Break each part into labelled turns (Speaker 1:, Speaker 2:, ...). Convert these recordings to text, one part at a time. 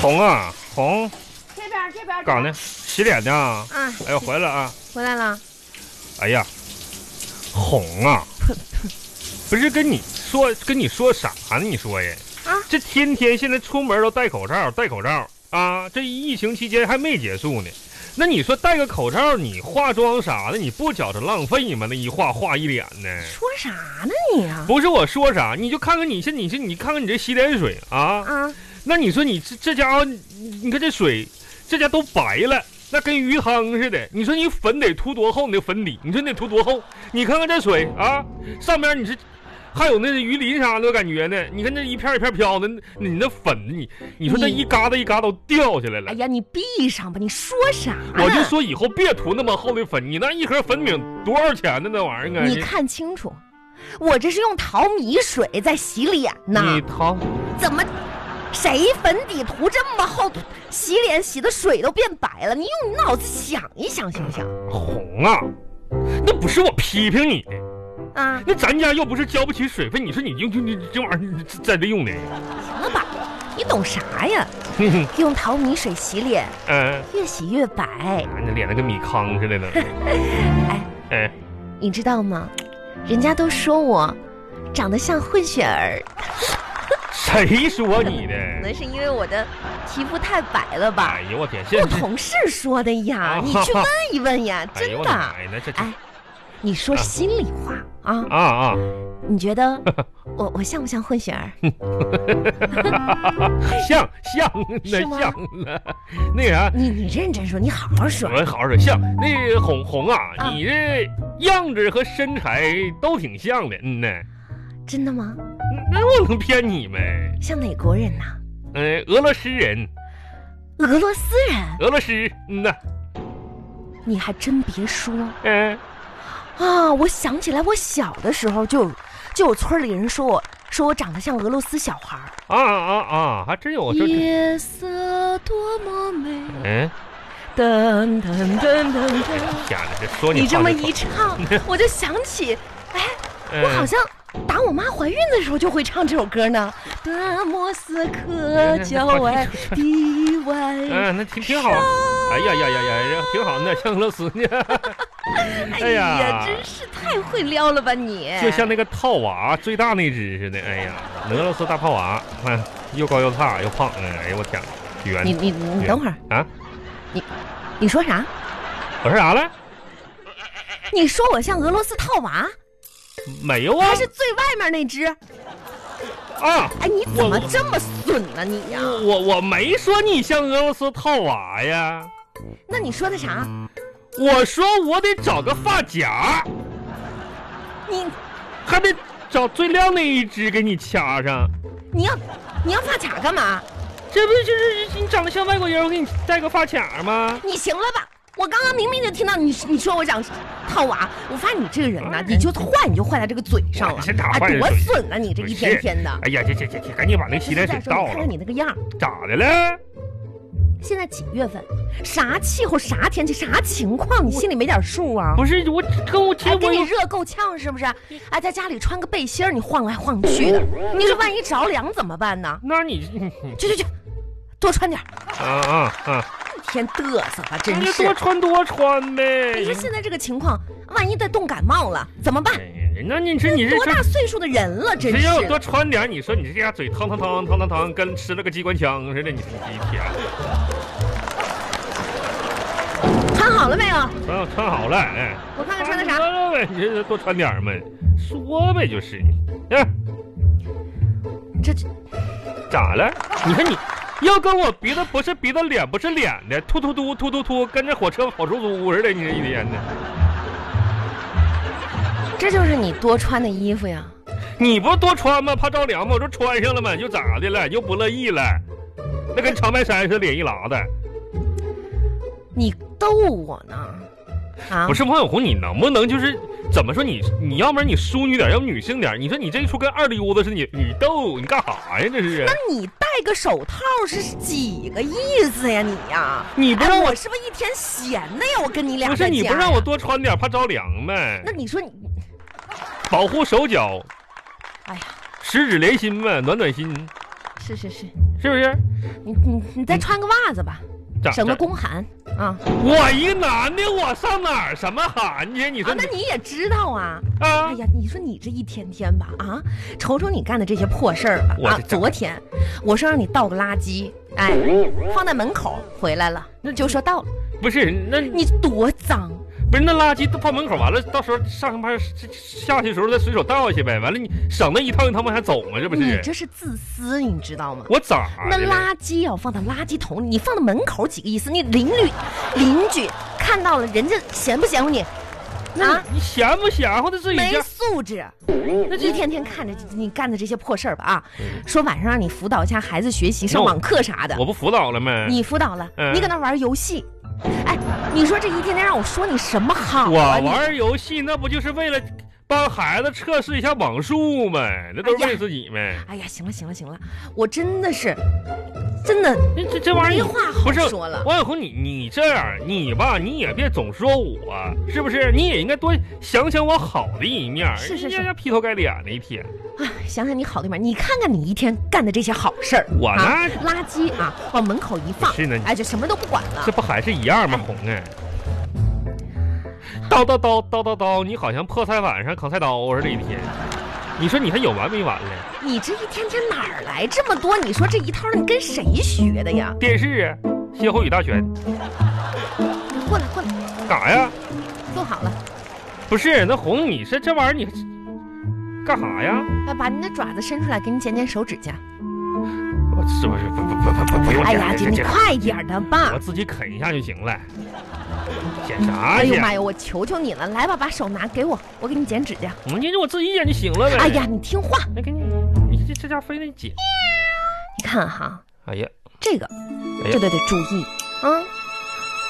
Speaker 1: 红啊，红，
Speaker 2: 这边这边
Speaker 1: 刚呢，洗脸呢啊。
Speaker 2: 啊，
Speaker 1: 哎呦，回来啊！
Speaker 2: 回来了，
Speaker 1: 哎呀，红 啊！不是跟你说跟你说啥呢？你说呀？
Speaker 2: 啊，
Speaker 1: 这天天现在出门都戴口罩，戴口罩啊！这疫情期间还没结束呢。那你说戴个口罩，你化妆啥的，你不觉着浪费吗？那一化化一脸呢？
Speaker 2: 说啥呢你啊？
Speaker 1: 不是我说啥，你就看看你现你这你看看你这洗脸水啊，
Speaker 2: 啊，
Speaker 1: 那你说你这这家伙，你你看这水，这家都白了，那跟鱼汤似的。你说你粉得涂多厚？你的粉底，你说你得涂多厚？你看看这水啊，上面你是。还有那鱼鳞啥的，我感觉呢。你看这一片一片飘的，你那粉，你你说这
Speaker 2: 你
Speaker 1: 一疙瘩一疙瘩都掉下来了
Speaker 2: 哎。呀，你闭上吧，你说啥呢？
Speaker 1: 我就说以后别涂那么厚的粉，你那一盒粉饼多少钱呢？那玩意儿啊，
Speaker 2: 你看清楚，我这是用淘米水在洗脸呢，
Speaker 1: 你掏
Speaker 2: 怎么？谁粉底涂这么厚，洗脸洗的水都变白了？你用你脑子想一想，行不行？
Speaker 1: 红啊，那不是我批评你，
Speaker 2: 啊，
Speaker 1: 那咱家又不是交不起水费，你说你用用这这玩意儿你在这用的，
Speaker 2: 行了吧？你懂啥呀？
Speaker 1: 哼哼
Speaker 2: 用淘米水洗脸，
Speaker 1: 嗯、
Speaker 2: 越洗越白。
Speaker 1: 那脸的跟米糠似的 呢。哎，
Speaker 2: 你知道吗？人家都说我长得像混血儿，
Speaker 1: 谁说你
Speaker 2: 可
Speaker 1: 的？
Speaker 2: 能是因为我的皮肤太白了吧
Speaker 1: 哎？呦我天，现
Speaker 2: 不
Speaker 1: 在
Speaker 2: 同事说的 呀，你去问一问呀，
Speaker 1: 哎呦
Speaker 2: 真
Speaker 1: 我
Speaker 2: 的。
Speaker 1: 妈呀，那这这
Speaker 2: 哎，你说心里话啊？
Speaker 1: 啊啊，
Speaker 2: 你 觉得我我像不像混血儿？
Speaker 1: 像像那
Speaker 2: 是吗嗯
Speaker 1: 像了，那啥。
Speaker 2: 你你认真说，你好好说。
Speaker 1: 我好好说，像那个红红啊，
Speaker 2: 啊
Speaker 1: 你这样子和身材都挺像的，嗯呢，
Speaker 2: 真的吗？
Speaker 1: 那我能骗你没？
Speaker 2: 像哪国人呐？
Speaker 1: 嗯，俄罗斯人，
Speaker 2: 俄罗斯人？
Speaker 1: 俄罗斯，嗯呐，
Speaker 2: 你还真别说
Speaker 1: 嗯，
Speaker 2: 啊！我想起来，我小的时候就有就有村里人说我说我长得像俄罗斯小孩儿。
Speaker 1: 啊啊啊，还真有这，
Speaker 2: 夜色多么美，
Speaker 1: 嗯，
Speaker 2: 噔噔噔噔噔。
Speaker 1: 天哪，这说你
Speaker 2: 你这
Speaker 1: 话
Speaker 2: 么
Speaker 1: 就
Speaker 2: 一唱， 我就想起，哎，我好
Speaker 1: 嗯
Speaker 2: 像打我妈怀孕的时候就会唱这首歌呢。达莫斯科郊外的晚
Speaker 1: 嗯，那挺挺好，
Speaker 2: 啊
Speaker 1: 哎呀呀呀呀，挺好呢，像俄罗斯呢，
Speaker 2: 哎呀，真是太会撩了吧你！
Speaker 1: 就像那个套娃最大那只似的，哎呀，俄罗斯大胖娃，嗯，又高又大又胖，嗯，哎呀我天哪，圆
Speaker 2: 你你你等会儿，
Speaker 1: 啊，
Speaker 2: 你说啥？
Speaker 1: 我说啥了？
Speaker 2: 你说我像俄罗斯套娃，
Speaker 1: 没有啊
Speaker 2: 还是最外面那只？
Speaker 1: 啊，
Speaker 2: 哎，你怎么
Speaker 1: 我
Speaker 2: 这么损呢你呀？
Speaker 1: 我我没说你像俄罗斯套娃呀，
Speaker 2: 那你说的啥？
Speaker 1: 我说我得找个发夹。
Speaker 2: 你
Speaker 1: 还得找最亮那一只给你掐上。
Speaker 2: 你要你要发卡干嘛？
Speaker 1: 这不就是你长得像外国人，我给你戴个发卡吗？
Speaker 2: 你行了吧？我刚刚明明就听到你你说我长套娃，我发现你这个人呐，
Speaker 1: 哎
Speaker 2: 你就坏，你就坏在这个嘴上了
Speaker 1: 我先打，坏
Speaker 2: 哎，
Speaker 1: 人
Speaker 2: 多
Speaker 1: 嘴
Speaker 2: 损啊！你这一天天的，
Speaker 1: 哎呀，这这这这，赶紧把那个洗脸水
Speaker 2: 再说
Speaker 1: 倒
Speaker 2: 你看
Speaker 1: 了
Speaker 2: 看。你那个样儿，
Speaker 1: 咋的了？
Speaker 2: 现在几月份？啥气候？啥天气？啥情况？你心里没点数啊？
Speaker 1: 不是我跟我
Speaker 2: 哎，
Speaker 1: 听
Speaker 2: 给你
Speaker 1: 我
Speaker 2: 热够呛是不是？哎，在家里穿个背心儿，你晃来晃去的，你说万一着凉怎么办呢？
Speaker 1: 那你你
Speaker 2: 去去去，多穿点儿，
Speaker 1: 啊啊啊！
Speaker 2: 一天嘚瑟吧，真。
Speaker 1: 哎你就是多穿多穿
Speaker 2: 你
Speaker 1: 呗
Speaker 2: 说。现在这个情况，万一再冻感冒了怎么办
Speaker 1: 哎？那你说你这
Speaker 2: 多
Speaker 1: 说
Speaker 2: 大岁数的人了，真
Speaker 1: 谁
Speaker 2: 是
Speaker 1: 要
Speaker 2: 的
Speaker 1: 多穿点？你说你这家嘴汤汤汤汤汤汤，跟吃了个机关枪似的。你你一天，
Speaker 2: 穿好了没有？
Speaker 1: 穿穿好了，哎，
Speaker 2: 我看看穿的啥。
Speaker 1: 穿呗，你这多穿点呗，说呗就是你，哎。
Speaker 2: 这
Speaker 1: 咋了？你看你要跟我鼻子不是鼻子脸不是脸的，突突突突突突，跟着火车跑出租似的，你这一天的，
Speaker 2: 这就是你多穿的衣服呀。
Speaker 1: 你不是多穿吗？怕着凉吗？我说穿上了吗？又咋的了？又不乐意了？那跟长白山似的，脸一拉的。
Speaker 2: 你逗我呢？啊，
Speaker 1: 不是王小红，你能不能就是怎么说你？你要不然你淑女点，要不女性点。你说你这一出跟二溜子似的，你你逗你干啥呀？这是
Speaker 2: 那你戴个手套是几个意思呀你呀？
Speaker 1: 你不
Speaker 2: 哎
Speaker 1: 让我
Speaker 2: 我是不是一天闲的呀？我跟你俩
Speaker 1: 不是
Speaker 2: 在
Speaker 1: 你不
Speaker 2: 家
Speaker 1: 让
Speaker 2: 呀
Speaker 1: 我？多穿点，怕着凉呗
Speaker 2: 那。你说你，
Speaker 1: 保护手脚，
Speaker 2: 哎呀，
Speaker 1: 十指连心呗，暖暖心。
Speaker 2: 是是是，
Speaker 1: 是不是？
Speaker 2: 你你你再穿个袜子吧，
Speaker 1: 咋
Speaker 2: 省得
Speaker 1: 咋
Speaker 2: 宫寒啊。
Speaker 1: 我一个男的，我上哪儿什么寒去？你
Speaker 2: 啊
Speaker 1: 说，
Speaker 2: 那你也知道啊。
Speaker 1: 啊
Speaker 2: 哎呀，你说你这一天天吧，啊，瞅瞅你干的这些破事儿吧，
Speaker 1: 我
Speaker 2: 啊
Speaker 1: 这，
Speaker 2: 昨天我说让你倒个垃圾，哎，放在门口，回来了，那就说倒了，
Speaker 1: 不是那
Speaker 2: 你多脏，
Speaker 1: 不是那垃圾都放门口，完了到时候上班下去的时候再随手倒下去呗。完了你省得一趟一趟往下走嘛，这不啊
Speaker 2: 你
Speaker 1: 是？
Speaker 2: 这是自私，你知道吗？
Speaker 1: 我咋
Speaker 2: 那
Speaker 1: 的了？
Speaker 2: 垃圾要放到垃圾桶里，你放到门口几个意思？你邻居邻居看到了，人家嫌不嫌乎你？啊，
Speaker 1: 你嫌不嫌乎的自己
Speaker 2: 没
Speaker 1: 家？
Speaker 2: 素质！一天天看着你干的这些破事儿吧啊，说晚上让你辅导一下孩子学习、上网课啥的，
Speaker 1: 我不辅导了吗？
Speaker 2: 你辅导了，
Speaker 1: 嗯
Speaker 2: 你搁那玩游戏，哎，你说这一天天让我说你什么好
Speaker 1: 我
Speaker 2: 啊？你
Speaker 1: 玩游戏那不就是为了帮孩子测试一下网速吗？那都是为了自己呗。
Speaker 2: 哎呀，行了行了行了，我真的是，真的
Speaker 1: 这这这玩意
Speaker 2: 没
Speaker 1: 儿
Speaker 2: 话好
Speaker 1: 不是
Speaker 2: 说了
Speaker 1: 王小红，你你这样，你吧，你也别总说我，是不是？你也应该多想想我好的一面儿，
Speaker 2: 是是是
Speaker 1: 人家劈头盖脸的一天。
Speaker 2: 啊，想想你好对面，你看看你一天干的这些好事儿，
Speaker 1: 我呢
Speaker 2: 啊、垃圾啊往门口一放，
Speaker 1: 是呢
Speaker 2: 哎，就什么都不管了
Speaker 1: 这。不还是一样吗？红啊，叨叨叨叨叨叨，你好像破菜碗上扛菜刀似的，一天。你说你还有完没完了？
Speaker 2: 你这一天天哪儿来这么多？你说这一套你跟谁学的呀？
Speaker 1: 电视啊，歇后语大全，
Speaker 2: 过来过来，
Speaker 1: 干啥呀？
Speaker 2: 坐好了，
Speaker 1: 不是，那红，你是这玩意儿你干啥呀？
Speaker 2: 哎，把你的爪子伸出来，给你剪剪手指甲。
Speaker 1: 我是不是不不不不不不用
Speaker 2: 哎
Speaker 1: 剪
Speaker 2: 呀，姐，
Speaker 1: 剪
Speaker 2: 你
Speaker 1: 剪，
Speaker 2: 快点的吧
Speaker 1: 我。自己啃一下就行了。剪啥
Speaker 2: 哎
Speaker 1: 去啊
Speaker 2: 啊呦？妈呀，我求求你了，来吧，把手拿给我，我给你剪指甲。
Speaker 1: 我今天我自己剪就行了呗。
Speaker 2: 哎呀，，你听话，
Speaker 1: 那给你，你这这家非得剪。
Speaker 2: 你看哈，
Speaker 1: 哎呀，
Speaker 2: 这个
Speaker 1: 哎呀嗯
Speaker 2: 这都得注意啊。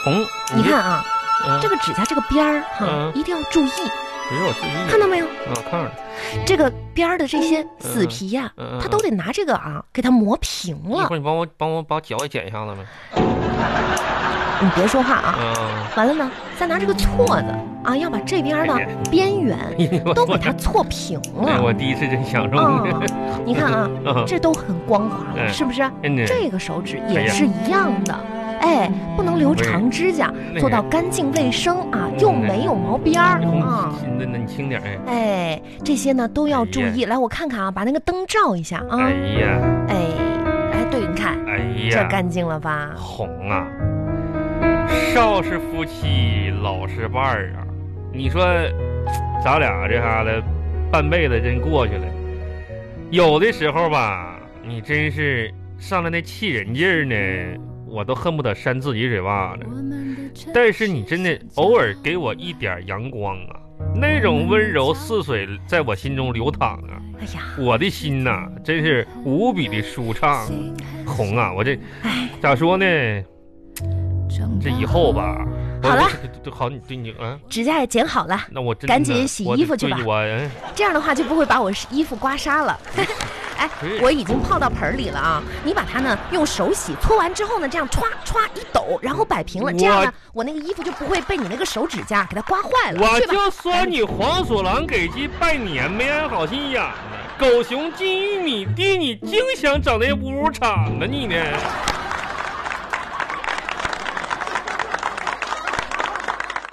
Speaker 1: 红，
Speaker 2: 你看啊，
Speaker 1: 嗯
Speaker 2: 这个指甲这个边儿哈，
Speaker 1: 嗯
Speaker 2: 一定要注意，
Speaker 1: 不是我自己剪，
Speaker 2: 看到没有？
Speaker 1: 啊，看着呢，
Speaker 2: 这个边儿的这些死皮呀、
Speaker 1: 嗯嗯嗯嗯
Speaker 2: 它都得拿这个啊给它磨平
Speaker 1: 一
Speaker 2: 了
Speaker 1: 会。儿你帮我帮我把脚也剪一下子呗。
Speaker 2: 你别说话啊！
Speaker 1: 啊，
Speaker 2: 完了呢，再拿这个锉子啊，要把这边的
Speaker 1: 哎呀
Speaker 2: 边缘都给它锉平
Speaker 1: 嗯 哎
Speaker 2: 了。
Speaker 1: 我第一次真享受。
Speaker 2: 啊，你看啊，
Speaker 1: 嗯
Speaker 2: 这都很光滑了，
Speaker 1: 哎
Speaker 2: 是不是？
Speaker 1: 真的，
Speaker 2: 这个手指
Speaker 1: 哎
Speaker 2: 也
Speaker 1: 呀
Speaker 2: 是一样的，哎，不能留长指甲
Speaker 1: 那，个哎
Speaker 2: 做到干净卫生啊，又没有毛边儿
Speaker 1: 红
Speaker 2: 啊。，
Speaker 1: 那那你轻点儿哎。
Speaker 2: 哎，这些呢都要注
Speaker 1: 哎
Speaker 2: 意。来，我看看啊，把那个灯照一下啊。
Speaker 1: 哎呀，
Speaker 2: 哎，哎，对，你看，
Speaker 1: 哎
Speaker 2: 这
Speaker 1: 呀，
Speaker 2: 干净了吧？
Speaker 1: 红啊，少是夫妻，老是伴儿啊。你说，咱俩这哈的半辈子真过去了。有的时候吧，你真是上来那气人劲儿呢，我都恨不得扇自己嘴巴子。但是你真的偶尔给我一点阳光啊，那种温柔似水在我心中流淌啊，
Speaker 2: 哎呀，
Speaker 1: 我的心呐、真是无比的舒畅。红啊，我这咋说呢？这以后吧，我
Speaker 2: 好了，
Speaker 1: 我这这好，你对你啊，
Speaker 2: 指甲也剪好了，
Speaker 1: 那我真
Speaker 2: 赶紧
Speaker 1: 的
Speaker 2: 洗
Speaker 1: 我
Speaker 2: 衣
Speaker 1: 得
Speaker 2: 服去
Speaker 1: 对
Speaker 2: 吧
Speaker 1: 我嗯
Speaker 2: 这样的话就不会把我衣服刮痧了。 哎
Speaker 1: 是，
Speaker 2: 我已经泡到盆儿里了啊！你把它呢用手洗，搓完之后呢，这样歘歘一抖，然后摆平了，
Speaker 1: 我
Speaker 2: 这样呢，我那个衣服就不会被你那个手指甲给它刮坏了，
Speaker 1: 我
Speaker 2: 对吧？
Speaker 1: 就说你黄鼠狼给鸡拜年没安好心眼呢，狗熊进玉米地，你净想整那屋产呢你呢？